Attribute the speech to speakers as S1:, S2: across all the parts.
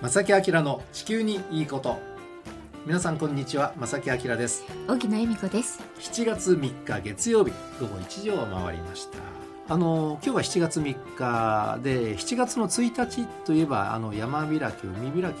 S1: 正木明の地球にいいこと皆さんこんにちは正木明です
S2: 荻野恵美子 です
S1: 7月3日月曜日午後1時を回りましたあの今日は7月3日で7月の1日といえばあの山開き海開きの日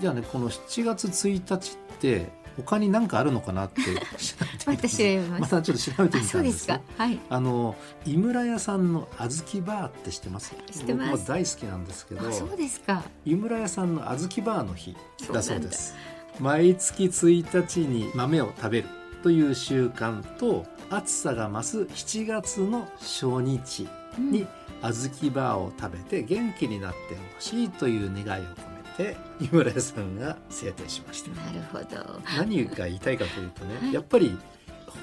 S1: じゃあねこの7月1日って他に何かあるのかなって
S2: また調べま
S1: ますたちょっと調べて
S2: あ
S1: み
S2: そ
S1: た
S2: うん
S1: で
S2: ですす
S1: よ
S2: かはい
S1: あの井村屋さんの小豆バーって知ってます
S2: 知ってます
S1: 僕も大好きなんですけど
S2: あそうですか
S1: 井村屋さんの小豆バーの日だそうですす毎月1日に豆を食べるという習慣と暑さが増す7月の初日に小豆バーを食べて元気になってほしいという願いを込めて井村屋さんが制定しました
S2: なるほど
S1: 何が言いたいかというとね、
S2: はい
S1: やっぱり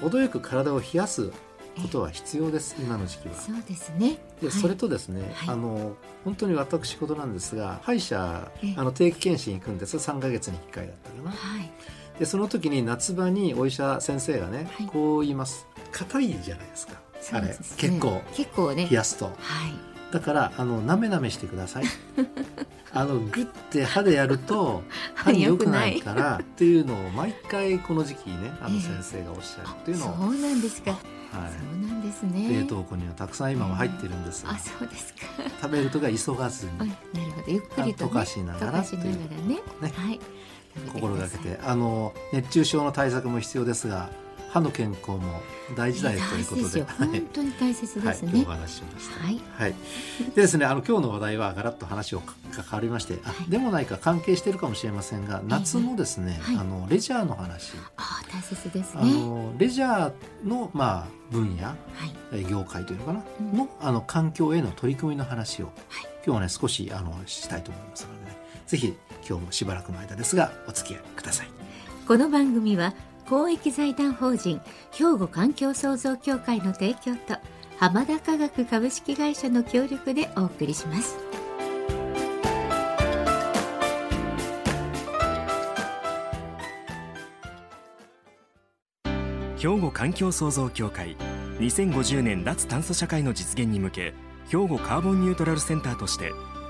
S1: 程よく体を冷やすことは必要です今の時期は。
S2: そうですね
S1: で
S2: はい
S1: それとですね、
S2: はい
S1: あの本当に私事なんですが歯医者
S2: ええ
S1: あの定期検診行くんです3ヶ月に1回だったかな
S2: はい
S1: でその時に夏場にお医者先生がね、
S2: はい
S1: こう言います硬いじゃないですか
S2: そうですね
S1: あれ結構
S2: 結構ね
S1: 冷やすと
S2: はい
S1: だからあのなめなめしてくだ さいあのグッて歯でやると歯に良くないからっていうのを毎回この時期ねあ
S2: え
S1: の
S2: え
S1: 先生がおっしゃる
S2: あ
S1: っていうのを、
S2: そうなんですか
S1: は
S2: そうなんです
S1: い、
S2: ね
S1: 冷凍庫にはたくさん今も入ってるんですが、
S2: あそうですか
S1: 食べるとか急がずに
S2: あなるほどゆっくりと
S1: 溶
S2: ね
S1: かしなが
S2: 溶
S1: ら
S2: か
S1: って
S2: し
S1: いう
S2: ながらね
S1: ね
S2: はい
S1: 心がけてあの熱中症の対策も必要ですが歯の健康も大事だよということでは
S2: 大切です
S1: い
S2: よ本当に大切
S1: は
S2: で
S1: い
S2: す
S1: 今日お
S2: ね
S1: 話ししました。
S2: はい
S1: はい、でですねあの今日の話題はガラッと話をかか変わりましてあ、
S2: はい
S1: でもないか関係してるかもしれませんが夏のですね、
S2: はい
S1: あのレジャーの話、
S2: あ大切ですね
S1: あのレジャーの、まあ、分野
S2: はい
S1: え業界というのかな、
S2: うん
S1: のあの環境への取り組みの話を、
S2: い
S1: 今日はね少しあのしたいと思いますので、ね、ぜひ今日もしばらくの間ですがお付き合いください。
S2: この番組は公益財団法人兵庫環境創造協会の提供と浜田科学株式会社の協力でお送りします
S3: 兵庫環境創造協会2050年脱炭素社会の実現に向け兵庫カーボンニュートラルセンターとして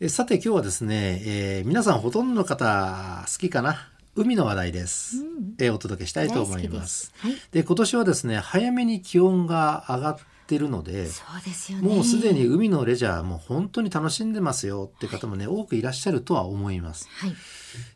S1: えさて今日はですね、えー皆さんほとんどの方好きかな海の話題です、
S2: うん
S1: えーお届けしたいと
S2: 大
S1: 思
S2: 好
S1: い
S2: き
S1: ま
S2: ですす。はい
S1: で今年はですね早めに気温が上がってるので
S2: そうですよね
S1: もうすでに海のレジャーもう本当に楽しんでますよって方もね多くいらっしゃるとは思います。
S2: はい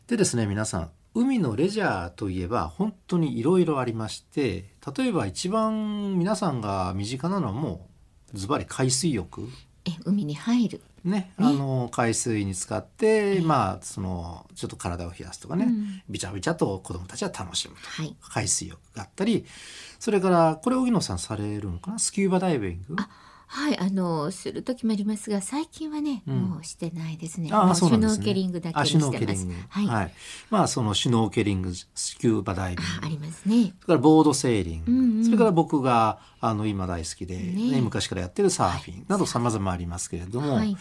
S1: でですね皆さん海のレジャーといえば本当にいろいろありまして例えば一番皆さんが身近なのはもうズバリ海水浴。
S2: え海に入る
S1: ね、あの海水に使って、まあそのちょっと体を冷やすとかね、
S2: うん
S1: びちゃびちゃと子どもたちは楽しむと
S2: はい
S1: 海水浴があったりそれからこれ荻野さんされるのかなスキューバダイビング
S2: はいあのする時もありますが最近はね、
S1: うん
S2: もうしてないですね
S1: あ
S2: も
S1: あそう
S2: シ
S1: なんで
S2: ュノ
S1: す
S2: ー
S1: ね
S2: ケリングだけ
S1: あ
S2: に
S1: シュノー
S2: して
S1: ケ
S2: ま
S1: リン
S2: す
S1: グ
S2: はい、
S1: まあそのシュノーケリングスキューバダイビン
S2: あ
S1: グ
S2: ありますね
S1: それからボードセーリング、
S2: うんうん
S1: それから僕があの今大好きで、ね
S2: ね
S1: 昔からやってるサーフィンなど様々ありますけれども、
S2: はい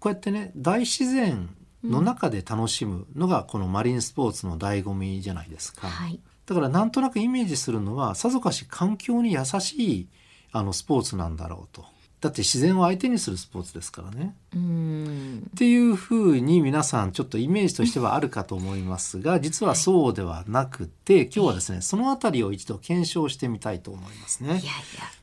S1: こうやってね大自然の中で楽しむのがこのマリンスポーツの醍醐味じゃないですか、
S2: はい
S1: だからなんとなくイメージするのはさぞかし環境に優しいあのスポーツなんだろうとだって自然を相手にするスポーツですからね
S2: うん
S1: っていうふうに皆さんちょっとイメージとしてはあるかと思いますが実はそうではなくて今日はですねそのあたりを一度検証してみたいと思いますね
S2: いやいや、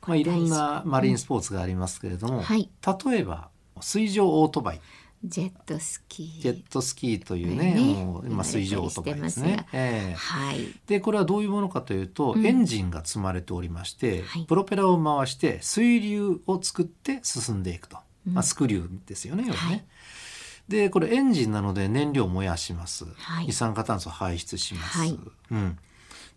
S1: まあ、いろんなマリンスポーツがありますけれども、
S2: はい
S1: 例えば水上オートバイ
S2: ジェットスキー
S1: ジェットスキーというね、
S2: ね
S1: もうまあ、
S2: 今
S1: 水上オートバイです
S2: やっ
S1: ね
S2: たりしてま。
S1: ええ
S2: はい
S1: でこれはどういうものかというと、
S2: うん
S1: エンジンが積まれておりまして、
S2: はい
S1: プロペラを回して水流を作って進んでいくと、
S2: うん
S1: まあ、スクリューですよね。要はね
S2: はい
S1: でこれエンジンなので燃料を燃やします、
S2: はい
S1: 二酸化炭素を排出します。
S2: はい
S1: うん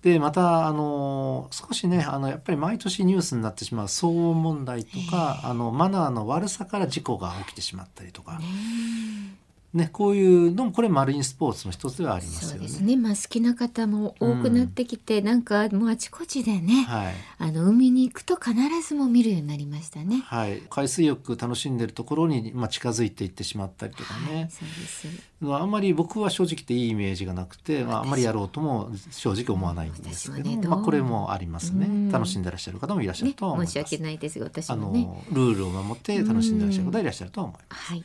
S1: でまたあの少しねあのやっぱり毎年ニュースになってしまう騒音問題とか、あのマナーの悪さから事故が起きてしまったりとか、ねこういうのもこれマリンスポーツの一つではあります
S2: そう
S1: よ
S2: で
S1: ね。
S2: すね。まあ好きな方も多くなってきて、なんかもうあちこちでね、
S1: はい
S2: あの海に行くと必ずもう見るようになりましたね。
S1: はい、海水浴楽しんでるところに、まあ、近づいていってしまったりとか
S2: はい、
S1: ね、
S2: そうです。
S1: まああんまり僕は正直言っていいイメージがなくて、まあ、あんまりやろうとも正直思わないんですけど,、
S2: 私はねどう
S1: まあ、これもありますね、
S2: うん
S1: 楽しんでらっしゃる方もいらっしゃる
S2: ね、
S1: とは思い
S2: 申
S1: ます
S2: し訳ないですが、私
S1: あ
S2: もね。
S1: のルールを守って楽しんでらっしゃる方はいらっしゃるとは思います。
S2: はい、
S1: で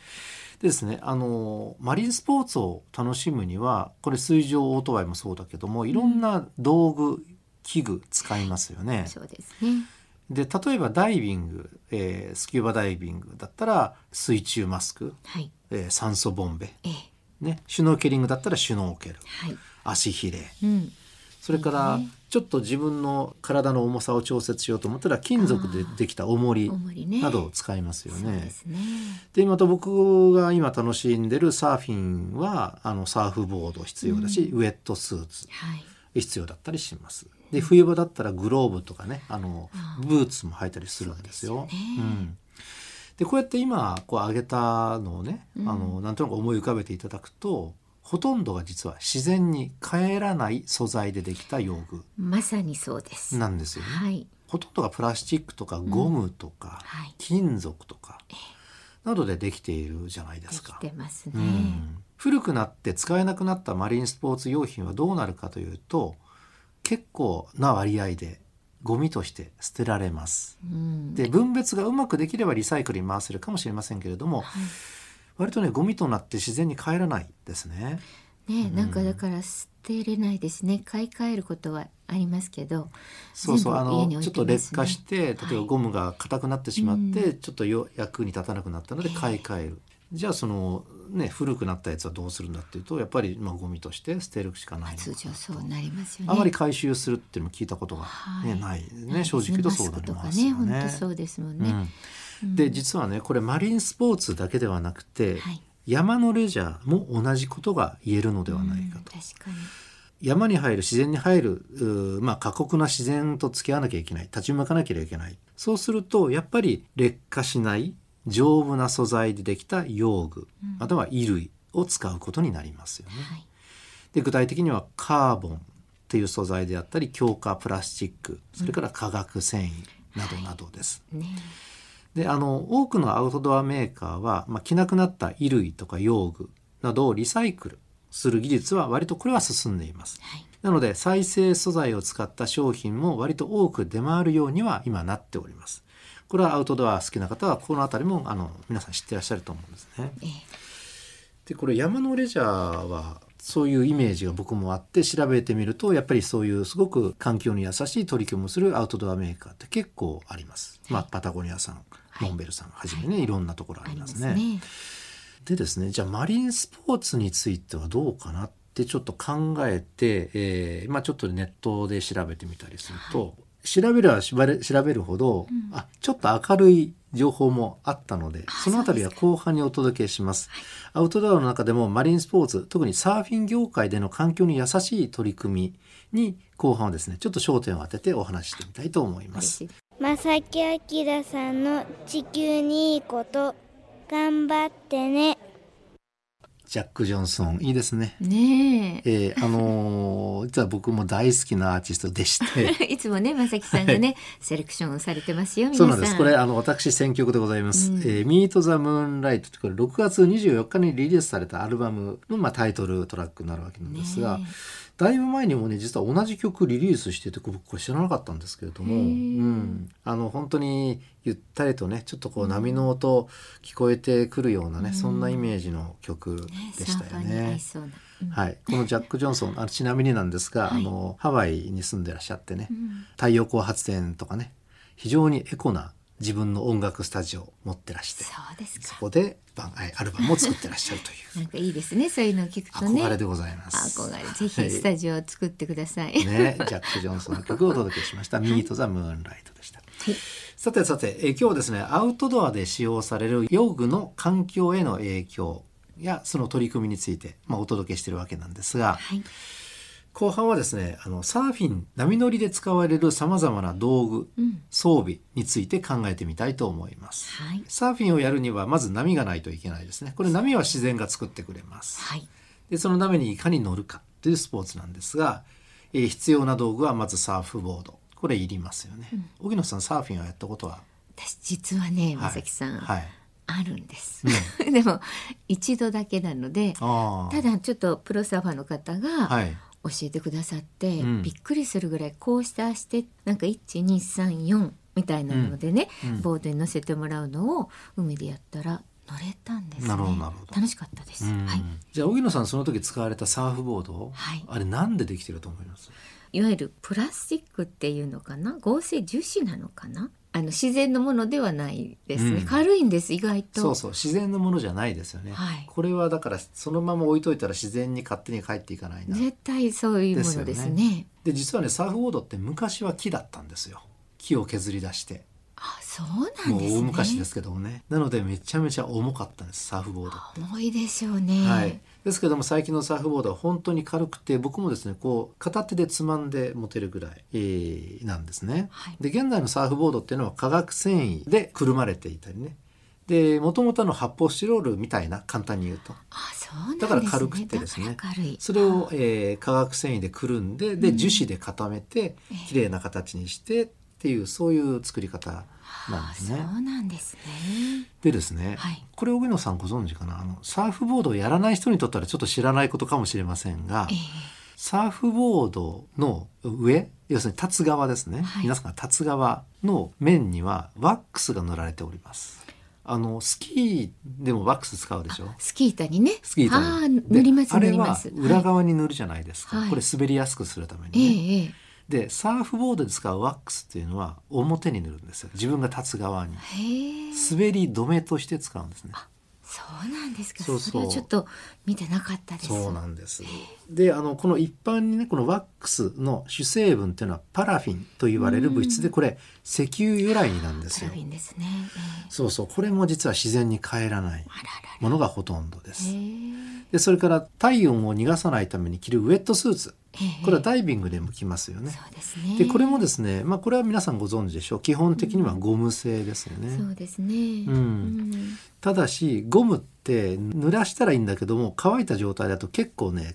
S1: ですねあのマリンスポーツを楽しむにはこれ水上オートバイもそうだけどもいろんな道具器具使いますよね。
S2: そうですね。
S1: で例えばダイビング、えースキューバダイビングだったら水中マスク、
S2: はい、
S1: えー酸素ボンベ、
S2: ええ、
S1: ね、シュノーケリングだったらシュノーケル
S2: はい、
S1: 足ひれ
S2: うん、
S1: それからちょっと自分の体の重さを調節しようと思ったら金属でできた重り
S2: おもりね。
S1: などを使いますよ
S2: そうで
S1: ね。
S2: すね。
S1: でまた僕が今楽しんでるサーフィンはあのサーフボード必要だし、ウェットスーツ
S2: はい、
S1: 必要だったりします。で冬場だったらグローブとかねあのブーツも履いたりするんですよ。
S2: そうです
S1: う
S2: よね
S1: ん、でこうやって今こう上げたのをね、あのなんとなく思い浮かべていただくとほとんどが実は自然に帰らない素材でできた用具
S2: まさにそうです。
S1: なんですよね。
S2: はい、
S1: ほとんどがプラスチックとかゴムとか、
S2: はい
S1: 金属とかなどでできているじゃないで
S2: ですき
S1: か。
S2: てますね。
S1: うん古くなって使えなくなったマリンスポーツ用品はどうなるかというと結構な割合でゴミとして捨てられます。
S2: うん、
S1: で分別がうまくできればリサイクルに回せるかもしれませんけれども、割とねゴミとなって自然に帰らないですね。
S2: ね、なんかだから捨てれないですね。買い替えることはありますけど、
S1: そうそうあ
S2: 全部家
S1: の
S2: に置
S1: ちょ
S2: い
S1: ってと
S2: ますね
S1: 劣化して例えば
S2: はい
S1: ゴムが硬くなってしまって、
S2: う
S1: ちょっとよ役に立たなくなったので買い替える、じゃあそのね古くなったやつはどうするんだっていうとやっぱりまあゴミとして捨てるしかないのか
S2: 通
S1: な
S2: 常そ
S1: と
S2: うなりますよね。
S1: あまり回収するっていうのも聞いたことが、ね
S2: はい
S1: ないね正直言うとそうなります
S2: ね。
S1: よ
S2: 本
S1: ね。
S2: 当そうですもん
S1: う
S2: ね。
S1: んで実はねこれマリンスポーツだけではなくて、
S2: はい
S1: 山のレジャーも同じことが言えるのではないかと。
S2: 確かに。
S1: 山に入る自然に入るうーまあ、過酷な自然と付き合わなきゃいけない立ち向かなければいけないそうするとやっぱり劣化しない丈夫な素材でできた用具、または衣類を使うことになりますよね。
S2: はい。
S1: で具体的にはカーボンっていう素材であったり強化プラスチックそれから化学繊維などなどです。
S2: ね。
S1: であの多くのアウトドアメーカーは、まあ、着なくなった衣類とか用具などをリサイクルする技術は割とこれは進んでいます。
S2: はい。
S1: なので再生素材を使った商品も割と多く出回るようには今なっております。これはアウトドア好きな方はこの辺りもあの皆さん知ってらっしゃると思うんですね。
S2: ええ
S1: でこれ山のレジャーはそういうイメージが僕もあって調べてみるとやっぱりそういうすごく環境に優しい取り組みをするアウトドアメーカーって結構あります。まあ、パタゴニアさん、モンベルさんはじめね、い、ろんなところあ
S2: あ
S1: り
S2: りま
S1: ますすね。
S2: ね。
S1: でですねじゃあマリンスポーツについてはどうかなってちょっと考えて、えーまあ、ちょっとネットで調べてみたりすると、調べればしばれ調べるほど、あちょっと明るい情報もあったのでそのあたりは後半にお届けしますアウトドアの中でもマリンスポーツ特にサーフィン業界での環境に優しい取り組みに後半はですねちょっと焦点を当ててお話ししてみたいと思いま
S2: 嬉
S1: す
S2: しい。
S4: 正木明さんの地球にいいこと頑張ってね
S1: ジャック・ジョンソンいいですね
S2: ね
S1: えーあのー実は僕も大好きなアーティストでして。
S2: え。いつもね、まさきさんがね、セレクションをされてますよ。皆さ
S1: そうなんです。これ、あの、私、選曲でございます。
S2: うん
S1: えー、Meet the Moonlight って、これ、6月24日にリリースされたアルバムの、まあ、タイトルトラックになるわけなんですが、
S2: ね
S1: だいぶ前にもね、実は同じ曲リリースしてて、僕、これ知らなかったんですけれども、
S2: へ
S1: う
S2: ー
S1: ん。あの、本当に、ゆったりとね、ちょっとこう、波の音、聞こえてくるようなね、そんなイメージの曲
S2: ね
S1: で
S2: サ
S1: し
S2: ー
S1: た
S2: フ
S1: よ
S2: ァーに合いそうな。うん
S1: はい、このジャック・ジョンソンあちなみになんですが、
S2: は
S1: あ
S2: い
S1: のハワイに住んでらっしゃってね、
S2: ん
S1: 太陽光発電とかね非常にエコな自分の音楽スタジオを持ってらして
S2: そうです
S1: そ
S2: か。
S1: こでバンはいアルバムを作ってらっしゃるとい
S2: な
S1: うん
S2: かいいですね。 そういうのを聞くとね。
S1: 憧れでございます。
S2: 憧れ。ぜひスタジオを作ってください。
S1: ね、ジャック・ジョンソンの曲をお届けしました「Meet the Moonlight」でした。
S2: い
S1: さてさてえー今日はですねアウトドアで使用される用具の環境への影響やその取り組みについて、まあ、お届けしてるわけなんですが、
S2: はい。
S1: 後半はですねあのサーフィン波乗りで使われるさまざまな道具
S2: うん
S1: 装備について考えてみたいと思います
S2: はい
S1: サーフィンをやるにはまず波がないといけないですねこれ波は自然が作ってくれます
S2: はい
S1: でその波にいかに乗るかというスポーツなんですが、えー必要な道具はまずサーフボードこれいりますよね、荻野さんサーフィンはやったことは
S2: 私実はね
S1: はい
S2: まさきさん、
S1: はい
S2: あるんです、 でも一度だけなので
S1: あー
S2: ただちょっとプロサーファーの方が
S1: はい
S2: 教えてくださって、
S1: うん
S2: びっくりするぐらいこうしたしてなんか1234みたいなのでね、
S1: うんうん
S2: ボードに乗せてもらうのを海でやったら乗れたんですね
S1: なるほどなるほど
S2: 楽しかったです、
S1: うん
S2: はい、
S1: じゃあ荻野さんその時使われたサーフボード、
S2: はい
S1: あれなんでできてると思います
S2: いわゆるプラスチックっていうのかな合成樹脂なのかなあの自然のものではないですね、
S1: うん
S2: 軽いんです意外と
S1: そうそう自然のものじゃないですよね、
S2: はい
S1: これはだからそのまま置いといたら自然に勝手に帰っていかないな
S2: 絶対そういうもの
S1: で
S2: ですす
S1: よ
S2: ね
S1: ねで実はねサーフボードって昔は木だったんですよ木を削り出して
S2: あそうなん
S1: も
S2: です
S1: う
S2: ね
S1: 大昔ですけどもねなのでめちゃめちゃ重かったんですサーフボードって
S2: 重いでしょうね、
S1: はい、ですけども最近のサーフボードは本当に軽くて僕もですねこう片手でつまんで持てるぐらい、えーなんですね、
S2: はい
S1: で現代のサーフボードっていうのは化学繊維でくるまれていたりねで元々の発泡スチロールみたいな簡単に言うと
S2: あそうなんですね
S1: だから軽くてですね
S2: だから軽い
S1: それを、えー化学繊維でくるんでで樹脂で固めて綺麗な形にしてっていうそういう作り方なん
S2: あ
S1: です
S2: そう
S1: ね。
S2: なんですね
S1: でですね、
S2: はい
S1: これ荻野さんご存知かなあのサーフボードをやらない人にとったらちょっと知らないことかもしれませんが、
S2: ええ
S1: サーフボードの上要するに立つ側ですね、
S2: はい
S1: 皆さんが立つ側の面にはワックスが塗られておりますあのスキーでもワックス使うでしょ
S2: スキー板にね
S1: スキー板に
S2: ああ
S1: で
S2: 塗ります
S1: あ
S2: 塗
S1: れ
S2: りま
S1: は
S2: す
S1: 裏
S2: は
S1: 側に塗るじゃないですか、
S2: はい
S1: これ滑りやすくするため
S2: い、え
S1: にね、
S2: えええ
S1: でサーフボードで使うワックスっていうのは表に塗るんですよ自分が立つ側に
S2: へえ
S1: 滑り止めとして使うんですね
S2: そうなんですか
S1: そうそう
S2: れはちょっと見てなかったです
S1: そうなんです。で、あのこの一般にねこのワックスの主成分っていうのはパラフィンと言われる物質で、これ石油由来なんです
S2: サ
S1: よ
S2: ーフ。ィンですね、ええ
S1: そうそう、これも実は自然に帰らない
S2: あらら
S1: ものがほとんどです。
S2: へえ
S1: で、それから体温を逃がさないために着るウェットスーツ、
S2: ええ
S1: これはダイビングでも着ますよね。
S2: そうですね
S1: で、これもですね、まあこれは皆さんご存知でしょう。基本的にはゴム製ですよね。
S2: そうですね
S1: うん
S2: ん
S1: ただしゴムって濡らしたらいいんだけども乾いた状態だと結構ね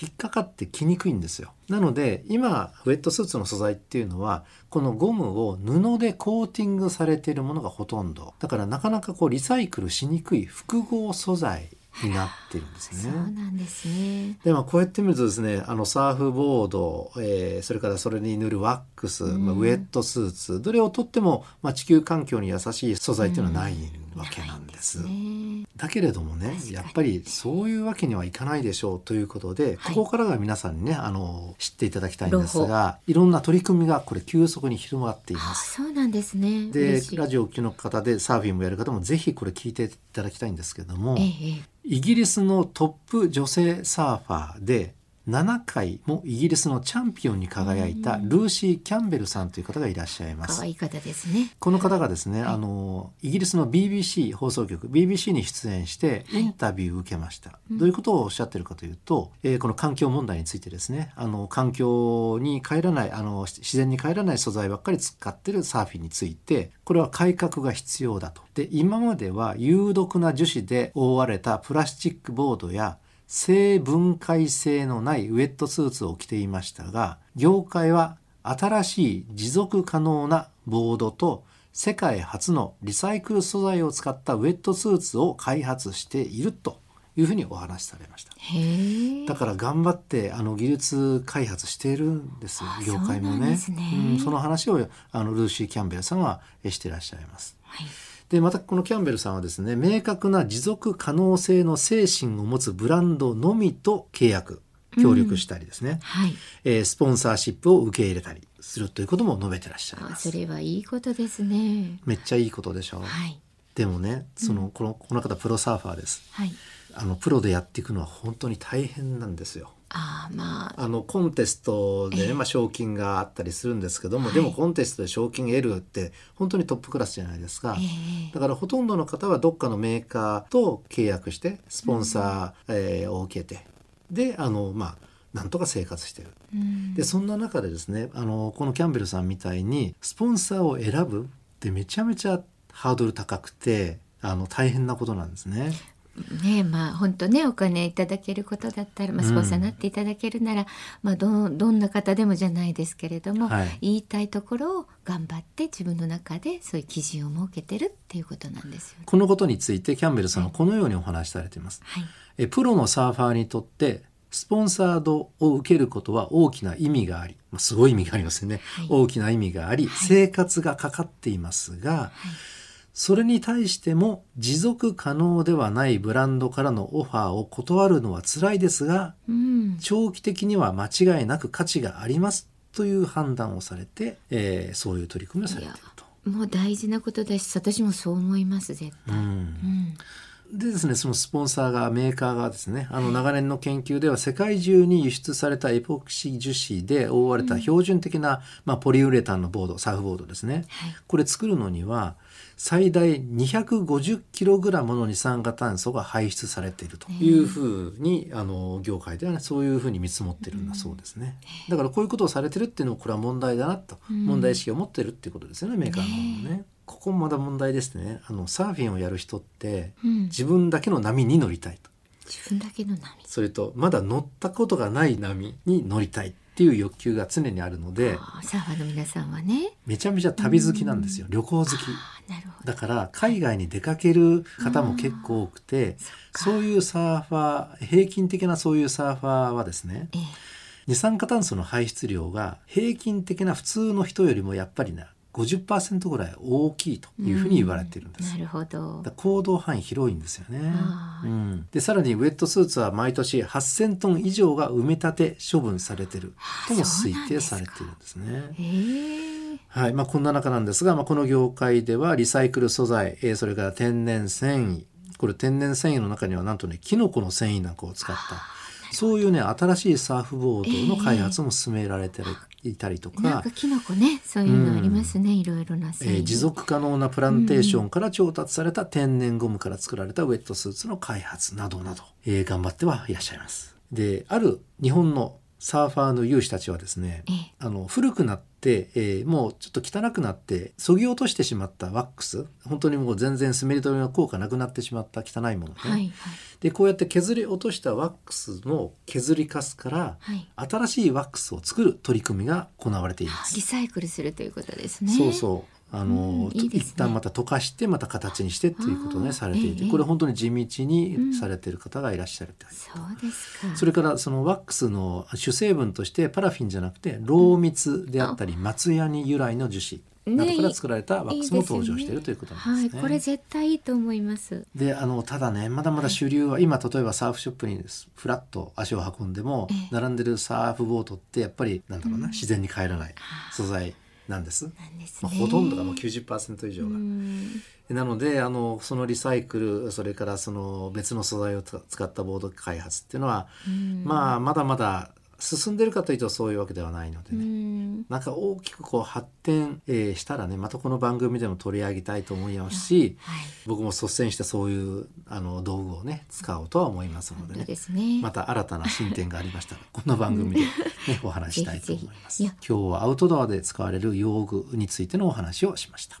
S1: 引っかかって着にくいんですよなので今ウェットスーツの素材っていうのはこのゴムを布でコーティングされているものがほとんどだからなかなかこうリサイクルしにくい複合素材になってるんです
S2: そ
S1: ね
S2: うなんですね
S1: でまあこうやって見るとですねあのサーフボード、えーそれからそれに塗るワックス、まあ、ウェットスーツどれをとっても、まあ、地球環境に優しい素材っていうのはないわけなんです。
S2: ね
S1: だけれどもね
S2: 確かに
S1: やっぱりそういうわけにはいかないでしょうということで、
S2: はい
S1: ここからが皆さんにねあの知っていただきたいんですがいろんな取り組みがこれ急速に広まってい
S2: あ
S1: ます。
S2: そうなんですね
S1: で
S2: 嬉しい
S1: ラジオを聴きの方でサーフィンもやる方もぜひこれ聞いていただきたいんですけども、
S2: ええええ
S1: イギリスのトップ女性サーファーで7回もイギリスのチャンピオンに輝いたルーシー・キャンベルさんという方がいらっしゃいます
S2: 可。愛い方ですね
S1: この方がですね、あのイギリスの BBC 放送局 BBC に出演してインタビューを受けました、どういうことをおっしゃってるかというと、えーこの環境問題についてですねあの環境に帰らないあのし自然に帰らない素材ばっかり使ってるサーフィンについてこれは改革が必要だとで今までは有毒な樹脂で覆われたプラスチックボードや性分解性のないウェットスーツを着ていましたが業界は新しい持続可能なボードと世界初のリサイクル素材を使ったウェットスーツを開発しているというふうにお話しされました
S2: へえ
S1: だから頑張ってあの技術開発しているんですよ
S2: あ
S1: 業界も
S2: そうなん
S1: ね
S2: ですね
S1: うんその話をあのルーシー・キャンベルさんはえしていらっしゃいます
S2: はい
S1: でまたこのキャンベルさんはですね明確な持続可能性の精神を持つブランドのみと契約協力したりですね、
S2: はい
S1: えースポンサーシップを受け入れたりするということも述べてらっしゃい
S2: あ
S1: ます
S2: それはいいことですね
S1: めっちゃいいことでしょう、
S2: はい
S1: でもねそのこのこの方プロサーファーです
S2: はい
S1: あのプロでやっていくのは本当に大変なんですよ
S2: あーまあ
S1: あのコンテストでね、まあ、賞金があったりするんですけども、でもコンテストで賞金得るって本当にトップクラスじゃないですか、
S2: ええ
S1: だからほとんどの方はどっかのメーカーと契約してスポンサーえーを受けてであのまあなんとか生活してる。
S5: うん
S1: でそんな中でですねあのこのキャンベルさんみたいにスポンサーを選ぶってめちゃめちゃハードル高くてあの大変なことなんですね。
S2: ねえまあ本当ねお金いただけることだったら、まあ、
S1: うん
S2: スポンサーになっていただけるなら、まあ、どどんな方でもじゃないですけれども、
S1: はい
S2: 言いたいところを頑張って自分の中でそういう基準を設けてるっていうことなんですよね。
S1: このことについてキャンベルさんはこのようにお話しされています。
S2: はい
S1: えプロのサーファーにとってスポンサードを受けることは大きな意味があり、まあ、すごい意味がありますよね、
S2: い
S1: 大きな意味があり、生活がかかっていますが、それに対しても持続可能ではないブランドからのオファーを断るのは辛いですが
S2: うん
S1: 長期的には間違いなく価値がありますという判断をされて、えーそういう取り組みをされていると。
S2: もう大事なことだし私もそう思います絶対。
S1: うん
S2: うん
S1: でですねそのスポンサーがメーカーがですねあの長年の研究では世界中に輸出されたエポキシ樹脂で覆われた標準的な、まあ、ポリウレタンのボードサーフボードですね、
S2: はい
S1: これ作るのには最大 250kg の二酸化炭素が排出されているというふうに、あの業界ではねそういうふうに見積もってるんだそうですね、だからこういうことをされてるっていうのもこれは問題だなと、
S2: うん
S1: 問題意識を持ってるっていうことですよねメーカーの方もねここもまだ問題ですねあのサーフィンをやる人って
S2: うん、
S1: 自分だけの波に乗りたいと
S2: 自分だけの波
S1: それとまだ乗ったことがない波に乗りたいっていう欲求が常にあるので
S2: あーサーファーの皆さんはね
S1: めちゃめちゃ旅好きなんですよ旅行好き
S2: あーなるほど
S1: だから海外に出かける方も結構多くてそういうサーファー平均的なそういうサーファーはですね
S2: ええ
S1: 二酸化炭素の排出量が平均的な普通の人よりもやっぱりな50%ぐらい大きいというふうに言われてるんです
S2: な。るほど
S1: だから行動範囲広いんですよね
S2: あ。ー
S1: うん、でさらにウェットスーツは毎年8,000トン以上が埋め立て処分されてるとも推定されているんですね。
S2: ええ
S1: はいまあ、こんな中なんですが、まあ、この業界ではリサイクル素材、えーそれから天然繊維これ天然繊維の中にはなんとねキノコの繊維なんかを使ったそういうね新しいサーフボードの開発も進められていたりとか。
S2: なんかキノコねそういうのありますね、いろいろな繊
S1: えー
S2: 維
S1: 持続可能なプランテーションから調達された天然ゴムから作られたウェットスーツの開発などなど、えー頑張ってはいらっしゃいます。である日本のサーファーの有志たちはですね
S2: ええ
S1: あの古くなって、えーもうちょっと汚くなってそぎ落としてしまったワックス本当にもう全然滑り止めの効果なくなってしまった汚いものね、
S2: はいはい
S1: でこうやって削り落としたワックスの削りかすから
S2: はい
S1: 新しいワックスを作る取り組みが行われていま
S2: あ
S1: す
S2: リ。サイクルするということですね
S1: そう
S2: う
S1: そうあの、
S2: うんいいですね
S1: 一旦また溶かしてまた形にしてっていうことを
S2: あー
S1: ねされていて、
S2: ええ
S1: これ本当に地道
S2: うん
S1: にされてる方がいらっしゃるって、
S2: そうですか
S1: それからそのワックスの主成分としてパラフィンじゃなくてロー蜜であったり松ヤニ由来の樹脂などから作られたワックスも登場しているということなんです
S2: は
S1: ね。
S2: いこれ絶対いいと思います
S1: であのただねまだまだ主流は、今例えばサーフショップにですフラッと足を運んでも、
S2: ええ
S1: 並んでるサーフボードってやっぱりなんだろうな、自然に帰らない素材なんです。
S2: なんです
S1: ま
S2: ね、
S1: あ、ほとんどがもう90%以上
S2: う
S1: が、
S2: ん
S1: なのであのそのリサイクルそれからその別の素材をつ使ったボード開発っていうのは、
S2: うん
S1: まあまだまだ進んでるかというとそういうわけではないので
S2: う
S1: ね、
S2: ん
S1: なんか大きくこう発展、えーしたらねまたこの番組でも取り上げたいと思いますし、
S2: はい
S1: 僕も率先してそういうあの道具をね使おうとは思いますの
S2: 本
S1: で
S2: 当
S1: ね
S2: ですね
S1: また新たな進展がありま したらこの番組で、ね、 お話ししたいと思います
S2: ぜひぜ
S1: 今日はアウトドアで使われる用具についてのお話をしました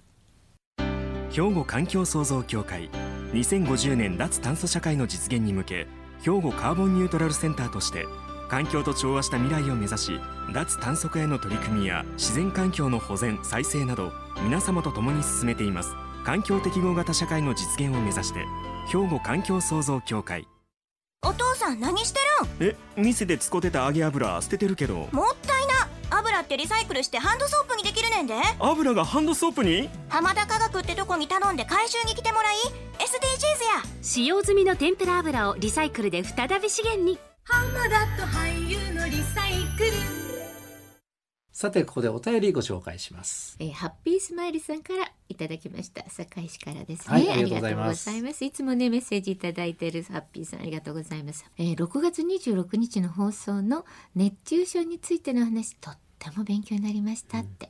S3: 兵庫環境創造協会2050年脱炭素社会の実現に向け兵庫カーボンニュートラルセンターとして環境と調和した未来を目指し脱炭素化への取り組みや自然環境の保全再生など皆様と共に進めています環境適合型社会の実現を目指して兵庫環境創造協会
S6: お父さん何してる
S3: え店で使ってた揚げ油捨ててるけど
S6: んもったいな油ってリサイクルしてハンドソープにできるねんで
S3: 油がハンドソープに
S6: 浜田科学ってとこに頼んで回収に来てもらい SDGs や
S7: 使用済みの天ぷら油をリサイクルで再び資源に
S1: さてここでお便りご紹介します
S2: えーハッピースマイルさんからいただきました堺市からですね、
S1: はいありがとうございます
S2: ありがとうございますいつもねメッセージいただいてるハッピーさんありがとうございます、えー6月26日の放送の熱中症についての話とっても勉強になりましたって、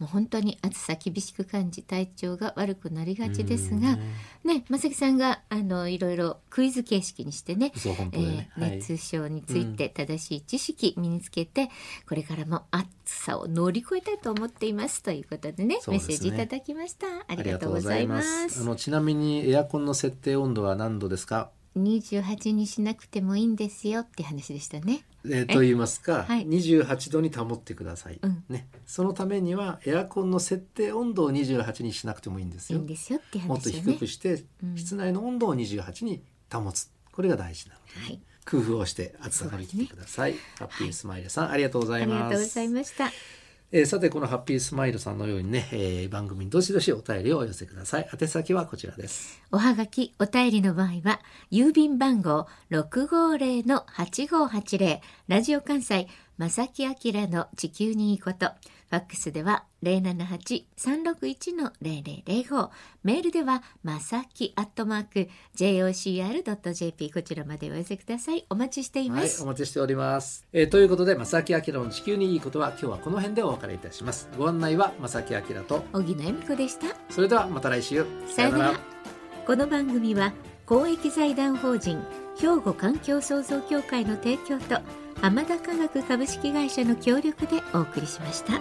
S2: もう本当に暑さ厳しく感じ体調が悪くなりがちですが、ね、正木さんがあのいろいろクイズ形式にしてね
S1: そう本当
S2: え
S1: だよね
S2: ー、
S1: はい
S2: 熱中症について正しい知識身につけて、これからも暑さを乗り越えたいと思っていますということでね
S1: そう
S2: メ
S1: で
S2: ッ
S1: す
S2: セ
S1: ね
S2: ージいただきましたありがとうございます
S1: あのちなみにエアコンの設定温度は何度ですか？
S2: 28にしなくてもいいんですよって話でしたね
S1: えーと言いますか、
S2: はい
S1: 28度に保ってください、
S2: うん
S1: ね。そのためにはエアコンの設定温度を28にしなくてもいいんです
S2: いい
S1: よ。
S2: んですよって
S1: もっと
S2: 話を
S1: 低
S2: ね
S1: くして、
S2: うん
S1: 室内の温度を28に保つ。これが大事なので、
S2: はい
S1: 工夫をして暑さ乗り切ってください。ハッピースマイルさん、ありがとうござ
S2: あ
S1: い
S2: り
S1: ます。
S2: がとうございました
S1: えーさてこのハッピースマイルさんのようにね、えー番組にどしどしお便りをお寄せください宛先はこちらです
S2: おはがきお便りの場合は郵便番号650-8580ラジオ関西正木明の地球にいいことファックスでは078-361-0005メールではまさきアットマーク jocr.jp こちらまでお寄せくださいお待ちしていま
S1: はい
S2: す、
S1: お待ちしております、えーということで正木明の地球にいいことは今日はこの辺でお別れいたしますご案内は正木明と
S2: 荻野恵美子でした
S1: それではまた来週
S2: さよならこの番組は公益財団法人兵庫環境創造協会の提供と浜田科学株式会社の協力でお送りしました。